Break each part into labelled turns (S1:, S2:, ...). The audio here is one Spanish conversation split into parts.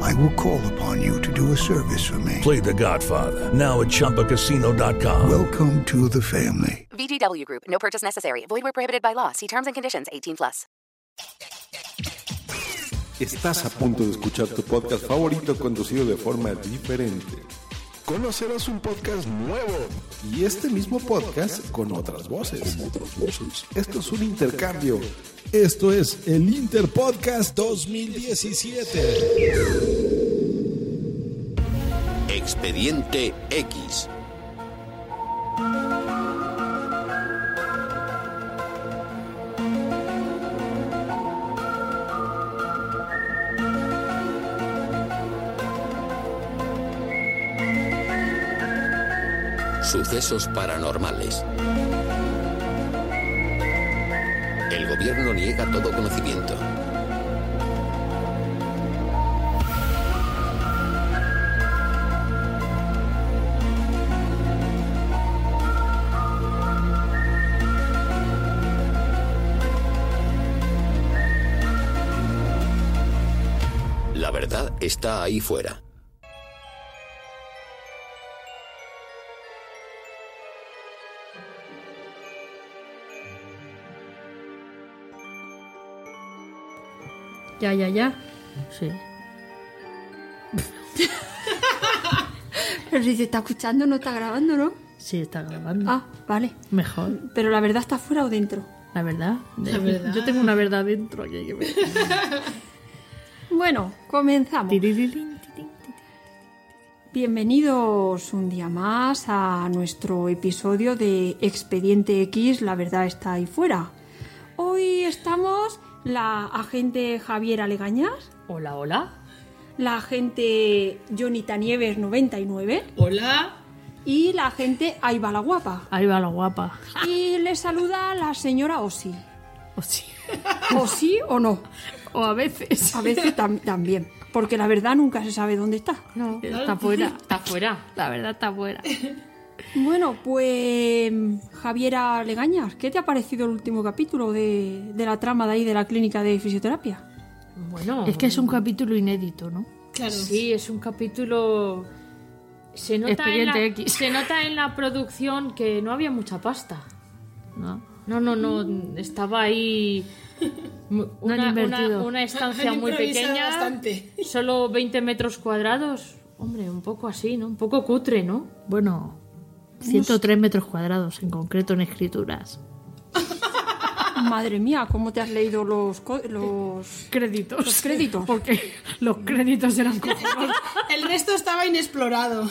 S1: I will call upon you to do a service for me.
S2: Play The Godfather now at ChumbaCasino.com.
S1: Welcome to the family.
S3: VGW Group. No purchase necessary. Void where prohibited by law. See terms and conditions. 18 plus.
S4: Estás a punto de escuchar tu podcast favorito conducido de forma diferente. Conocerás un podcast nuevo y este mismo podcast con otras voces. Esto es un intercambio. Esto es el Interpodcast 2017.
S5: Expediente X. Sucesos paranormales. El gobierno niega todo conocimiento. La verdad está ahí fuera.
S6: Ya, ya, ya. Sí.
S7: Pero si se está escuchando, no está grabando, ¿no?
S6: Sí, está grabando.
S7: Ah, vale.
S6: Mejor.
S7: Pero la verdad está fuera o dentro.
S6: La verdad.
S7: La verdad.
S6: Yo tengo una verdad dentro aquí que me-
S7: Bueno, comenzamos.
S6: Tiriririrín.
S7: Bienvenidos un día más a nuestro episodio de Expediente X, la verdad está ahí fuera. Hoy estamos la agente Javiera Legañas,
S6: Hola, hola.
S7: la agente Jonita Nieves 99
S8: Hola.
S7: y la agente Aiba la Guapa.
S6: Ahí va la guapa.
S7: Y les saluda la señora Osi.
S6: O sí.
S7: O sí o no.
S6: O a veces.
S7: A veces tam- también. Porque la verdad nunca se sabe dónde está.
S6: No, está pues- fuera, está fuera. La verdad está fuera.
S7: Bueno, pues Javiera Legañas, ¿qué te ha parecido el último capítulo de, de la trama de ahí de la clínica de fisioterapia?
S6: Bueno. Es que es un capítulo inédito, ¿no?
S8: Claro.
S9: Sí, es un capítulo. Se nota, en la,
S6: Expediente X.
S9: se nota en la producción que no había mucha pasta.
S6: ¿No?
S9: No, no, no. Estaba ahí. mu-
S6: No han
S9: Una,
S6: invertido.
S9: una- una estancia
S8: Han
S9: muy
S8: improvisado
S9: pequeña.
S8: bastante.
S9: Solo 20 metros cuadrados. Hombre, un poco así, ¿no? Un poco cutre, ¿no?
S6: Bueno, 103 metros cuadrados en concreto en escrituras.
S7: Madre mía, ¿cómo te has leído los, co- los
S6: Créditos.
S9: Pues
S7: Los créditos.
S6: Porque los créditos eran cojonudos.
S8: El resto estaba inexplorado.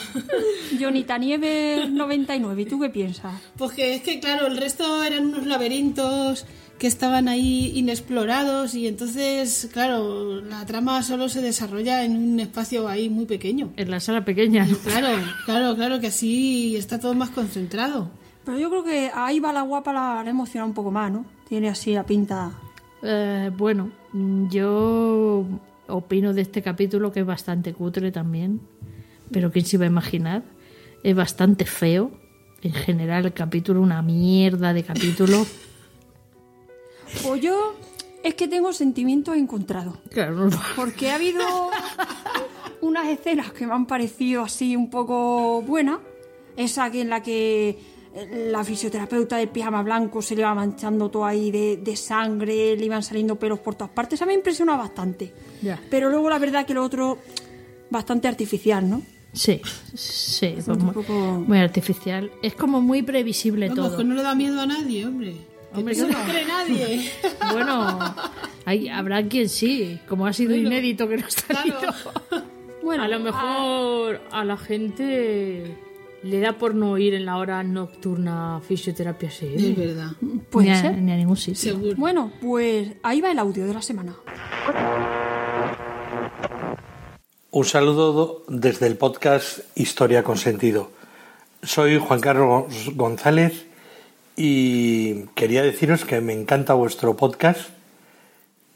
S7: Jonita Nieves 99? ¿Y tú qué piensas?
S8: Porque es que, claro, el resto eran unos laberintos que estaban ahí inexplorados y entonces, claro, la trama solo se desarrolla en un espacio ahí muy pequeño.
S6: En la sala pequeña. ¿no?
S8: Claro, claro, claro que así está todo más concentrado.
S7: Pero yo creo que ahí va la guapa, la, la emociona un poco más, ¿no? Tiene así la pinta.
S6: Eh, bueno, yo opino de este capítulo que es bastante cutre también, pero quién se iba a imaginar. Es bastante feo. En general, el capítulo, una mierda de capítulo.
S7: O Pues yo es que tengo sentimientos encontrados.
S6: Claro, no-
S7: Porque ha habido unas escenas que me han parecido así un poco buenas. Esa que en la que eh, la fisioterapeuta del pijama blanco se le iba manchando todo ahí de, de sangre, le iban saliendo pelos por todas partes. Esa me impresiona bastante.
S6: Ya.
S7: Pero luego la verdad que lo otro, bastante artificial, ¿no?
S6: Sí, sí,
S8: Es
S6: pues
S8: un
S6: muy,
S8: poco-
S6: muy artificial. Es como muy previsible
S8: Vamos,
S6: todo.
S8: que no le da miedo a nadie, hombre.
S6: Hombre,
S8: Eso
S6: que
S8: no
S6: no.
S8: cree nadie.
S6: Bueno, hay- habrá quien sí, como ha sido inédito que no está
S9: Bueno, a lo mejor a la gente le da por no ir en la hora nocturna a fisioterapia, sí.
S7: Es
S8: verdad.
S7: Puede
S6: ni, a,
S7: ser.
S6: ni a ningún sitio.
S7: Bueno, pues ahí va el audio de la semana.
S10: Un saludo do- desde el podcast Historia con Sentido. Soy Juan Carlos González y quería deciros que me encanta vuestro podcast,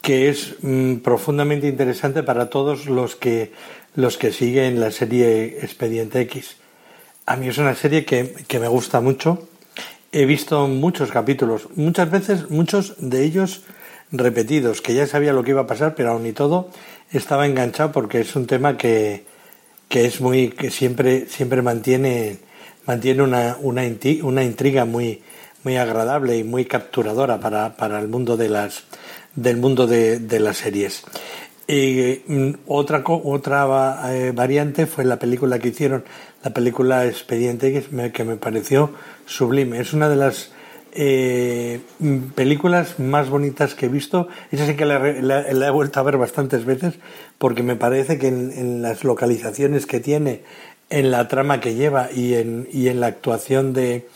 S10: que es mm, profundamente interesante para todos los que, los que siguen la serie Expediente X. A mí es una serie que, que me gusta mucho. He visto muchos capítulos, muchas veces muchos de ellos repetidos, que ya sabía lo que iba a pasar, pero aún y todo estaba enganchado porque es un tema que, que es muy que siempre siempre mantiene mantiene una, una, inti- una intriga muy muy agradable y muy capturadora para, para el mundo de las del mundo de, de las series. Y, mm, otra co- otra va- eh, variante fue la película que hicieron, la película Expediente X, me- que me pareció sublime. Es una de las eh, mm, películas más bonitas que he visto. Esa sí que la, re- la- la he vuelto a ver bastantes veces porque me parece que en, en las localizaciones que tiene, en la trama que lleva y en, y en la actuación de,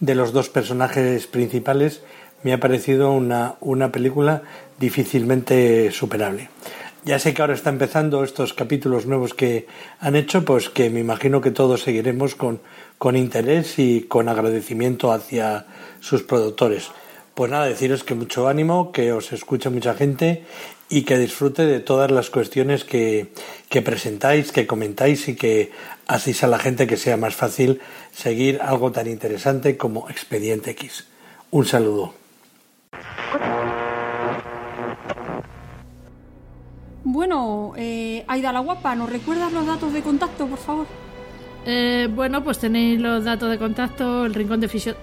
S10: de los dos personajes principales, me ha parecido una, una película difícilmente superable. Ya sé que ahora está empezando estos capítulos nuevos que han hecho, pues que me imagino que todos seguiremos con, con interés y con agradecimiento hacia sus productores. Pues nada, deciros que mucho ánimo, que os escuche mucha gente y que disfrute de todas las cuestiones que, que presentáis, que comentáis y que hacéis a la gente que sea más fácil seguir algo tan interesante como Expediente X. Un saludo.
S7: Bueno, eh, Aida la Guapa, ¿nos recuerdas los datos de contacto, por favor?
S6: Eh, bueno, pues tenéis los datos de contacto, el rincón de fisio...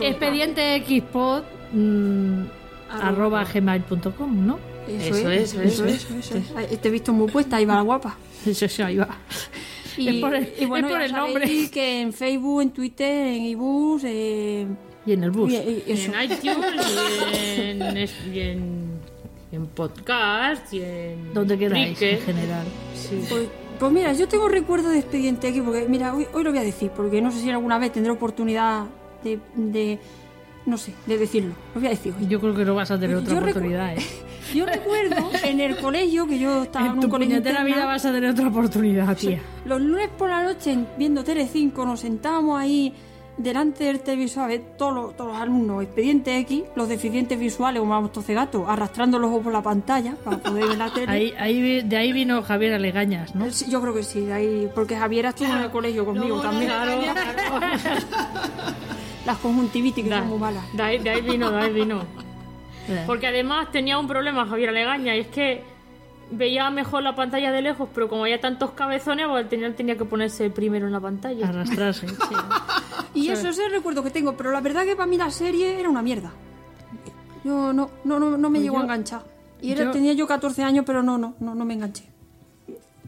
S6: Expediente xpod mm, arroba gmail.com, ¿no?
S7: Ay, Te he visto muy puesta, ahí va la Guapa.
S6: Eso, eso, ahí va.
S7: Y,
S6: Es por el-
S7: y bueno,
S6: es por
S7: ya
S6: el nombre.
S7: sabéis que en Facebook, en Twitter, en ebooks... Eh,
S6: Y en el bus.
S7: y- y-
S9: Y
S7: eso.
S9: en iTunes, y en, es- y en, y en podcast, y en.
S6: Donde queráis,
S9: Flickr.
S6: en general.
S9: Sí.
S7: Pues, pues mira, yo tengo recuerdo de Expediente X, porque mira, hoy, hoy lo voy a decir, porque no sé si alguna vez tendré oportunidad de, de- no sé, de decirlo. Lo voy a decir hoy.
S6: Yo creo que no vas a tener otra
S7: Yo recu-
S6: oportunidad, ¿eh?
S7: Yo recuerdo en el colegio, que yo estaba en,
S6: En
S7: un
S6: tu
S7: colegio
S6: puñetera
S7: internado,
S6: vida vas a tener otra oportunidad, tía.
S7: los lunes por la noche viendo Tele5 nos sentábamos ahí delante del televisor a ver todos los, todos los alumnos Expediente X, los deficientes visuales, como vamos gatos, arrastrando los ojos por la pantalla para poder ver la tele.
S6: Ahí, ahí vi- de ahí vino Javier Alegañas, ¿no?
S7: Sí, Yo creo que sí, de ahí, porque Javier estuvo en el colegio conmigo también. Las conjuntivitis que son muy malas.
S9: De ahí, de ahí vino, de ahí vino.
S6: Eh.
S9: Porque además tenía un problema Javier Legaña, y es que veía mejor la pantalla de lejos, pero como había tantos cabezones, pues, tenía, tenía que ponerse primero en la pantalla.
S6: Arrastrarse, sí.
S7: Y
S9: Sí.
S7: eso es el recuerdo que tengo, pero la verdad que para mí la serie era una mierda. Yo no, no, no, no me
S6: Pues
S7: llegó a
S6: yo-
S7: enganchar. Y era,
S6: yo-
S7: tenía yo 14 años, pero no, no, no, no me enganché.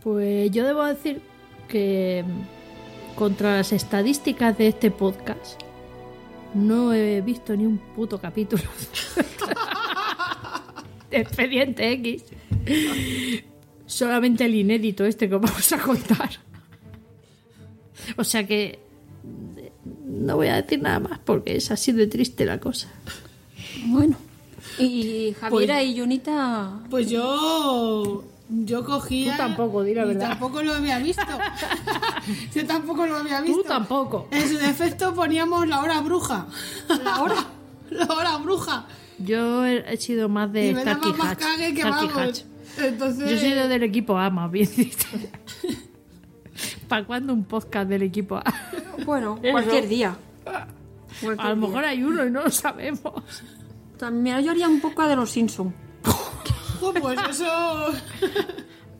S6: Pues yo debo decir que mm, contra las estadísticas de este podcast no he visto ni un puto capítulo de Expediente X. Solamente el inédito este que os vamos a contar. O sea que mm, no voy a decir nada más porque es así de triste la cosa.
S7: Bueno. Y Javiera y Jonita.
S8: Pues yo. Yo cogía.
S6: Tú tampoco, di la
S8: y
S6: verdad.
S8: Tampoco lo había visto. yo tampoco lo había visto.
S6: Tú tampoco.
S8: En su defecto poníamos la hora bruja.
S7: ¿La hora?
S8: la hora bruja.
S6: Yo he he sido más de
S11: Eh,
S8: y me daba
S6: Taki
S8: más
S6: Hatch,
S8: cague que
S6: Taki Hatch.
S8: vamos. Entonces.
S6: Yo soy del equipo A, más bien dicho. ¿Para cuándo un podcast del equipo A?
S7: Bueno, cualquier día.
S6: A lo mejor hay uno y no lo sabemos.
S7: También yo haría un poco de los Simpsons.
S8: Oh, pues eso.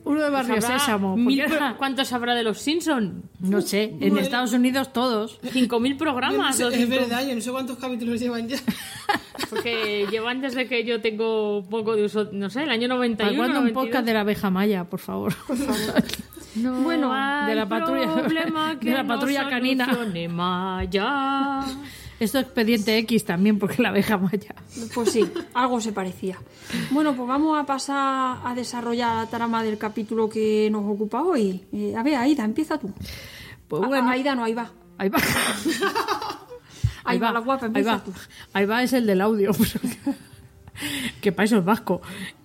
S6: Uno de Barrio
S9: Habrá
S6: Sésamo.
S9: mil
S6: porque-
S9: pro- ¿Cuántos habrá de los Simpson?
S6: No sé, en
S9: Bueno.
S6: Estados Unidos todos.
S9: 5.000
S8: Yo no
S9: programas.
S8: sé-
S9: o
S8: es
S9: cinco-
S8: verdad, yo no sé cuántos capítulos llevan ya.
S9: Porque llevan desde que yo tengo poco de uso, no sé, el año
S6: ¿Para
S9: 91.
S6: cuándo un
S9: 92.
S6: podcast de la abeja maya, por favor? No
S9: Bueno,
S6: hay
S9: de la patrulla,
S6: problema que
S9: de la
S6: no
S9: patrulla canina.
S6: solucione Esto es expediente X también, porque la abeja maya.
S7: Pues sí, algo se parecía. Bueno, pues vamos a pasar a desarrollar la trama del capítulo que nos ocupa hoy. Eh, a ver, Aida, empieza tú.
S6: Pues
S7: A-
S6: bueno.
S7: Aida no, ahí va.
S6: Ahí va.
S7: Ahí va, la guapa,
S6: ahí
S7: empieza
S6: va.
S7: tú.
S6: Ahí va es el del audio. que para eso es vasco.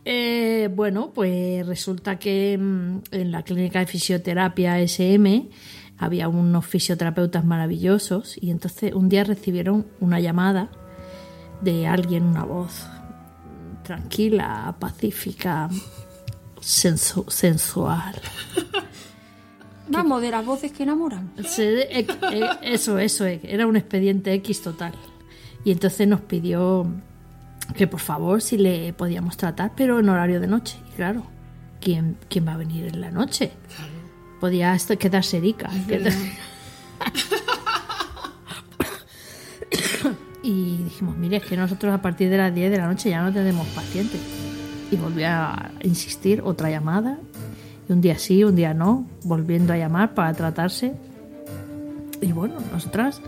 S6: Eh, bueno, pues resulta que mm, en la clínica de fisioterapia SM había unos fisioterapeutas maravillosos y entonces un día recibieron una llamada de alguien, una voz mm, tranquila, pacífica, sensu- sensual.
S7: Vamos, de las voces que enamoran.
S6: Se- eh, eh, eso, eso, eh, era un expediente X total. Y entonces nos pidió que por favor si le podíamos tratar, pero en horario de noche. Y claro, ¿quién, quién va a venir en la noche? Podía hasta quedarse erica.
S8: verdad.
S6: y dijimos, mire, es que nosotros a partir de las 10 de la noche ya no tenemos pacientes. Y volví a insistir, otra llamada, y un día sí, un día no, volviendo a llamar para tratarse. Y bueno, nosotras,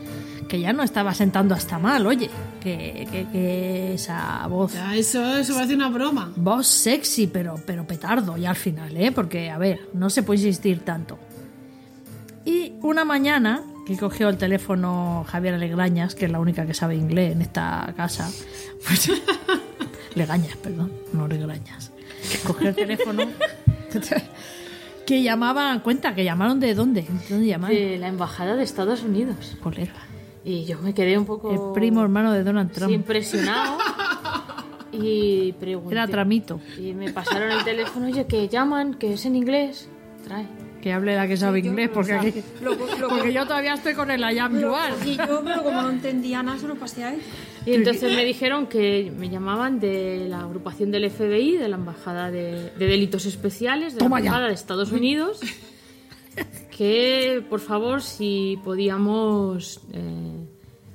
S6: que ya no estaba sentando hasta mal, oye, que, que- que esa voz...
S8: eso, eso parece una broma.
S6: Voz sexy, pero, pero petardo ya al final, ¿eh? Porque, a ver, no se puede insistir tanto. Y una mañana que cogió el teléfono Javier Legrañas, que es la única que sabe inglés en esta casa. pues- Legañas, perdón, no Legrañas. Cogió el teléfono. que llamaban, cuenta, que llamaron de dónde. ¿De dónde llamaron?
S9: De la embajada de Estados Unidos.
S6: Colega.
S9: Y yo me quedé un poco.
S6: El primo hermano de Donald Trump.
S9: Sí, impresionado. Y pregunté.
S6: Era tramito.
S9: Y me pasaron el teléfono, oye, que llaman, que es en inglés. Trae.
S6: Que hable la que sabe inglés, porque, aquí- porque yo todavía estoy con el I am you are.
S7: Y yo, pero como no entendía nada, se lo pasé a él.
S9: Y entonces me dijeron que me llamaban de la agrupación del FBI, de la Embajada de, de Delitos Especiales, de
S6: Toma
S9: la
S6: ya.
S9: Embajada de Estados Unidos, que por favor si podíamos eh,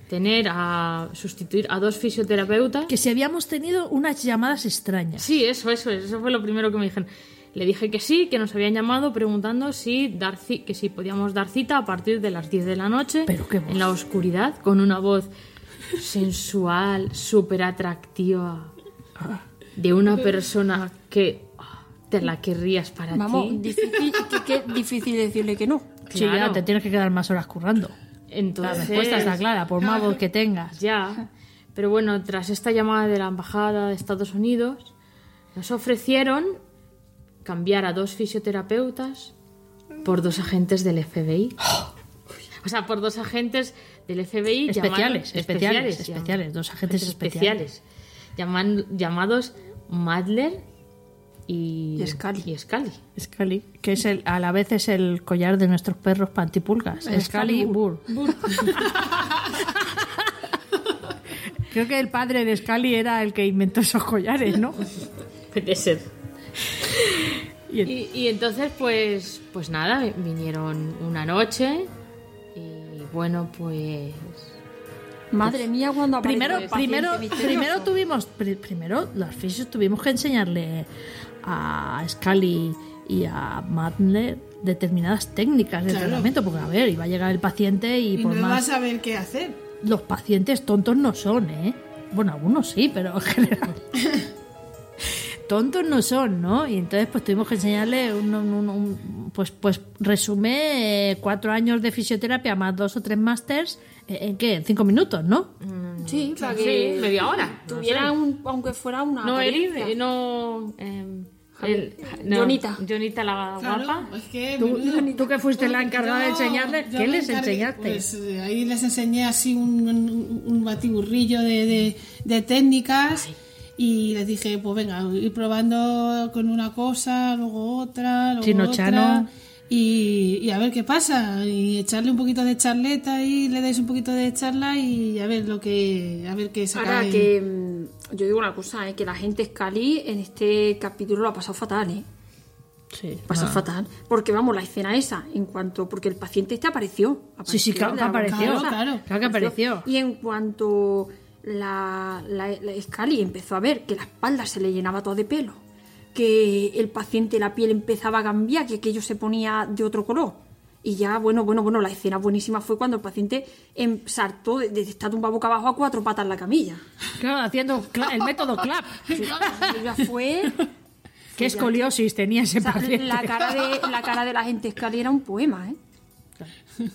S9: tener a sustituir a dos fisioterapeutas.
S6: Que si habíamos tenido unas llamadas extrañas.
S9: Sí, eso, eso, eso fue lo primero que me dijeron. Le dije que sí, que nos habían llamado preguntando si dar ci- que si podíamos dar cita a partir de las 10 de la noche en la oscuridad con una voz sensual, súper atractiva de una persona que ah, te la querrías para
S7: Vamos,
S9: ti.
S7: difícil, que- que difícil decirle que no.
S6: Sí, ya te tienes que quedar más horas currando.
S9: Entonces,
S6: La respuesta está clara, por más voz que tengas.
S9: Ya. Pero bueno, tras esta llamada de la embajada de Estados Unidos, nos ofrecieron cambiar a dos fisioterapeutas por dos agentes del FBI. O sea, por dos agentes del FBI llamados-
S6: Especiales, especiales,
S9: llama-
S6: especiales, dos agentes especiales.
S9: llaman- llamados Madler y, Scali Scali.
S6: Scali, que es el, a la vez es el collar de nuestros perros pantipulgas. Excalibur. Creo que el padre de Scali era el que inventó esos collares, ¿no?
S9: Puede ser.
S6: Y,
S9: y entonces, pues, pues nada, vinieron una noche y bueno, pues...
S7: Madre mía, cuando aparece
S6: pues Primero,
S7: el paciente
S6: primero,
S7: misterioso.
S6: primero tuvimos, pri- primero los fisios tuvimos que enseñarle a Scali y a Madler determinadas técnicas de
S8: Claro.
S6: tratamiento, porque a ver, iba a llegar el paciente y,
S8: Y
S6: por
S8: no va a
S6: más
S8: saber qué hacer.
S6: los pacientes tontos no son, ¿eh? Bueno, algunos sí, pero en general. tontos no son, ¿no? Y entonces pues tuvimos que enseñarle un, un- un- un- pues pues resume eh, cuatro años de fisioterapia más dos o tres másters eh, en qué en cinco minutos, ¿no?
S7: Sí, para
S9: Sí,
S7: Mm. que
S9: media hora, no
S7: Tuviera
S9: sé.
S7: un, aunque fuera una.
S9: No, Eri,
S7: apariencia.
S9: eh, no... eh,
S7: Javier.
S9: el- no,
S7: Jonita.
S9: Jonita la
S8: Claro,
S9: guapa.
S8: es que...
S6: Tú,
S8: menudo-
S6: tú que fuiste la encargada
S8: No,
S6: de enseñarles,
S8: yo me
S6: ¿qué les
S8: encargué,
S6: enseñaste?
S8: Pues eh, ahí les enseñé así un, un- un batiburrillo de, de- de técnicas y les dije, pues venga, ir probando con una cosa, luego otra, luego
S6: Chino
S8: otra.
S6: Chano.
S8: Y, y a ver qué pasa y echarle un poquito de charleta y le dais un poquito de charla y a ver lo que a ver qué saca
S7: Ahora
S8: de-
S7: que mm, yo digo una cosa, eh, que la gente Scali en este capítulo lo ha pasado fatal, ¿eh?
S6: Sí.
S7: Pasa
S8: Ah.
S7: fatal. Porque vamos, la escena esa, en cuanto. Porque el paciente este apareció.
S6: Sí, sí, claro
S7: de
S6: que
S7: la boca
S6: apareció,
S7: rosa,
S6: claro, claro que apareció.
S7: Y en cuanto la, la, la Scali empezó a ver que la espalda se le llenaba todo de pelo, que el paciente la piel empezaba a cambiar, que aquello se ponía de otro color. Y ya, bueno, bueno, bueno, la escena buenísima fue cuando el paciente em- saltó de, de estar tumbado boca abajo a cuatro patas en la camilla.
S11: Claro, haciendo cla- el método clap.
S7: Ya fue.
S11: ¿Qué escoliosis tenía ese
S7: O sea,
S11: paciente?
S7: la, cara de, la cara de la gente escalera era un poema, ¿eh?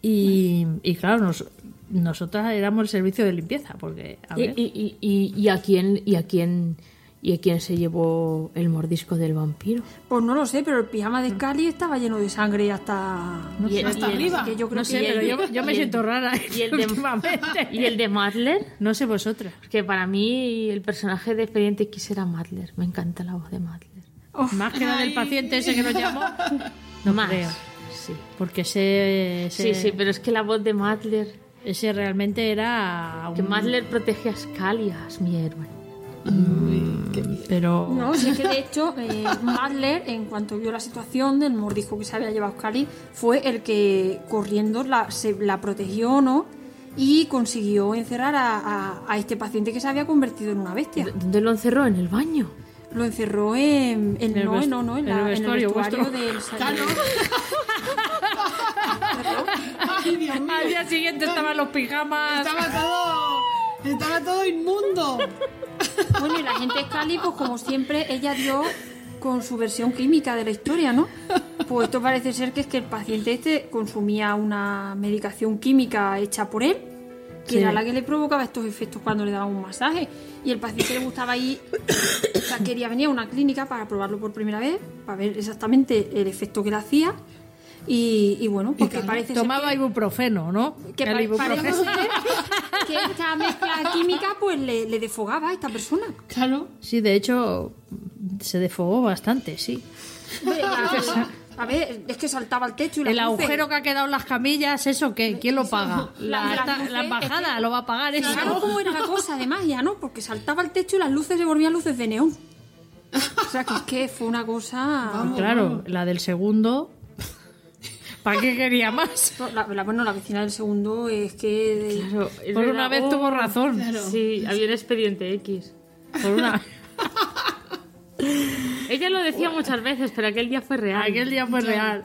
S6: Y, y claro, nos- nosotras éramos el servicio de limpieza, porque a
S9: Y,
S6: ver,
S9: y- y- y- y a quién y a quién y a quién se llevó el mordisco del vampiro.
S7: Pues no lo sé, pero el pijama
S6: Mm.
S7: de Scali estaba lleno de sangre hasta,
S9: No sé, hasta
S7: así
S9: arriba.
S7: que yo creo
S9: No sé,
S7: que-
S9: pero yo-
S6: yo me
S9: y el-
S6: siento rara
S9: y el de-
S6: últimamente.
S9: ¿Y el de Madler?
S6: No sé vosotras.
S9: Que para mí el personaje de Expediente X era Madler. Me encanta la voz de Madler.
S7: Oh.
S6: Más que la del paciente ese que nos llamó. No
S9: Más,
S6: creo. Porque ese,
S9: Sí, sí, pero es que la voz de Madler.
S6: Ese realmente era.
S9: Que
S6: un-
S9: Madler protege a Scalias, mi héroe.
S6: Mm, Pero.
S7: No, sí que de hecho, eh, Madler, en cuanto vio la situación del mordisco que se había llevado Scali, fue el que corriendo la, se, la protegió, ¿no? Y consiguió encerrar a, a- a este paciente que se había convertido en una bestia.
S9: ¿Dónde lo encerró? ¿En el baño?
S7: Lo encerró en. en-
S9: En el
S7: no,
S9: vest-
S7: no, no, en,
S9: en el
S7: la- en el
S9: vestuario
S7: vestuario
S9: vuestro.
S7: del salón.
S6: Al día siguiente estaban los pijamas.
S8: Estaba todo. Estaba todo inmundo.
S7: Bueno, y la gente Scali, pues como siempre, ella dio con su versión química de la historia, ¿no? Pues esto parece ser que es que el paciente este consumía una medicación química hecha por él, que
S9: Sí.
S7: era la que le provocaba estos efectos cuando le daban un masaje. Y el paciente le gustaba ir, o sea, quería venir a una clínica para probarlo por primera vez, para ver exactamente el efecto que le hacía. Y, y bueno, porque parece ser
S6: Tomaba ibuprofeno, ¿no?
S7: que
S6: El
S7: pa-
S6: ibuprofeno.
S7: parece ser que esta mezcla química pues le, le defogaba a esta persona.
S8: Claro.
S6: Sí, de hecho, se defogó bastante, sí.
S7: Hombre, claro, A ver, es que saltaba al techo y las
S6: El
S7: luces-
S6: agujero que ha quedado en las camillas, ¿eso qué? ¿Quién lo paga?
S7: las-
S6: La,
S7: las
S6: esta-
S7: luces,
S6: la embajada
S7: es que-
S6: lo va a pagar eso.
S7: Claro, cómo era la cosa además ya, ¿no? Porque saltaba al techo y las luces se volvían luces de neón. O sea, que es que fue una cosa...
S6: Claro, la del segundo. ¿Para qué quería más?
S7: No, la- la- bueno, la vecina del segundo es que...
S9: Es
S6: Por
S9: verdad,
S6: una vez
S9: oh,
S6: tuvo razón.
S9: Sí, había un expediente X.
S6: Por una-
S9: Ella lo decía muchas veces, pero aquel día fue real.
S6: Aquel día fue real.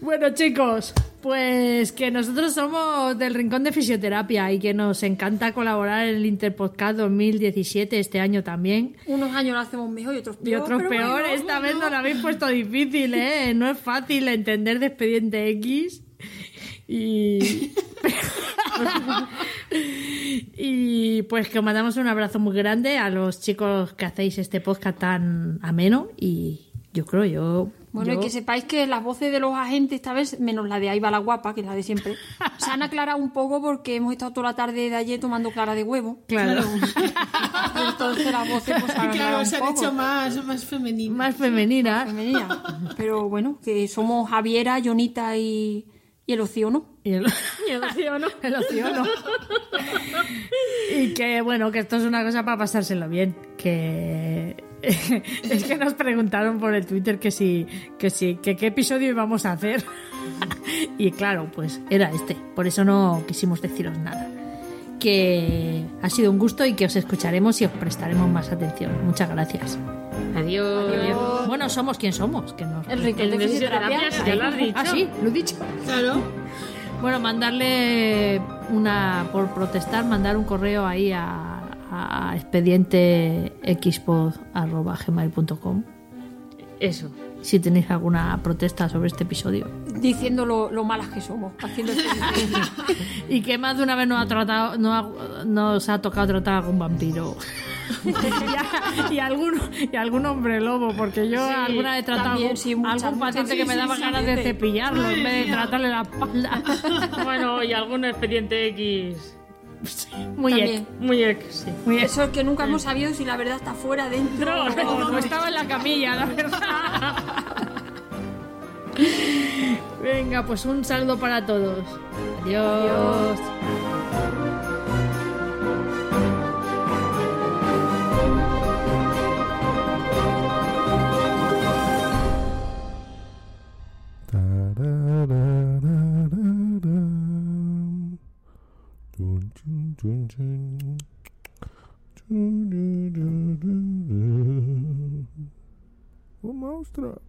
S6: Bueno, chicos, pues que nosotros somos del Rincón de Fisioterapia y que nos encanta colaborar en el Interpodcast 2017 este año también.
S7: Unos años lo hacemos mejor y otros peor.
S6: Y otros
S7: pero
S6: peor,
S7: bueno,
S6: esta
S7: bueno.
S6: vez no lo habéis puesto difícil, ¿eh? No es fácil entender de expediente X. Y. y pues que os mandamos un abrazo muy grande a los chicos que hacéis este podcast tan ameno. Y yo creo, yo.
S7: Bueno,
S6: yo-
S7: y que sepáis que las voces de los agentes esta vez, menos la de Ahí va la guapa, que es la de siempre, se han aclarado un poco porque hemos estado toda la tarde de ayer tomando clara de huevo.
S6: Claro.
S7: Entonces las voces pues, han
S8: claro,
S7: aclarado
S8: se
S7: un
S8: han
S7: poco.
S8: hecho más, más femeninas.
S6: Más femenina.
S7: Femenina. Pero bueno, que somos Javiera, Jonita y, y el ociono.
S6: Y el,
S9: El océano.
S6: el ociono. Y que bueno, que esto es una cosa para pasárselo bien. Que es que nos preguntaron por el Twitter que si, que si, que qué episodio íbamos a hacer. Y claro, pues era este. Por eso no quisimos deciros nada. Que ha sido un gusto y que os escucharemos y os prestaremos más atención. Muchas gracias.
S9: Adiós.
S6: Bueno, somos quien somos, que nos
S7: El rincón de
S6: el-
S7: fisioterapia.
S9: Ya lo has dicho.
S6: Ah, sí, lo he dicho.
S8: Claro.
S6: Bueno, mandarle una, por protestar, mandar un correo ahí a, a expedientexpod.com
S9: Eso.
S6: si tenéis alguna protesta sobre este episodio.
S7: Diciendo lo, lo malas que somos. Haciendo
S9: este
S6: Y que más de una vez nos ha, tratado, no ha- nos ha tocado tratar a algún vampiro. y, a- y algún, y algún hombre lobo, porque yo
S9: Sí,
S6: alguna vez he tratado a
S9: también,
S6: algún,
S9: sí, muchas,
S6: algún
S9: muchas.
S6: paciente
S9: Sí,
S6: que me
S9: sí,
S6: daba
S9: sí,
S6: ganas de
S9: sí.
S6: cepillarlo en vez de
S9: Ay,
S6: tratarle la espalda.
S9: Bueno, y algún expediente X.
S6: Muy
S7: También.
S6: ex.
S9: Muy ex, sí.
S6: Muy ex.
S7: Eso es que nunca hemos sabido si la verdad está fuera, dentro.
S6: No, no, no, estaba en la camilla, la verdad. Venga, pues un saludo para todos. Adiós.
S12: Dun, dun, dun, dun. monstruo.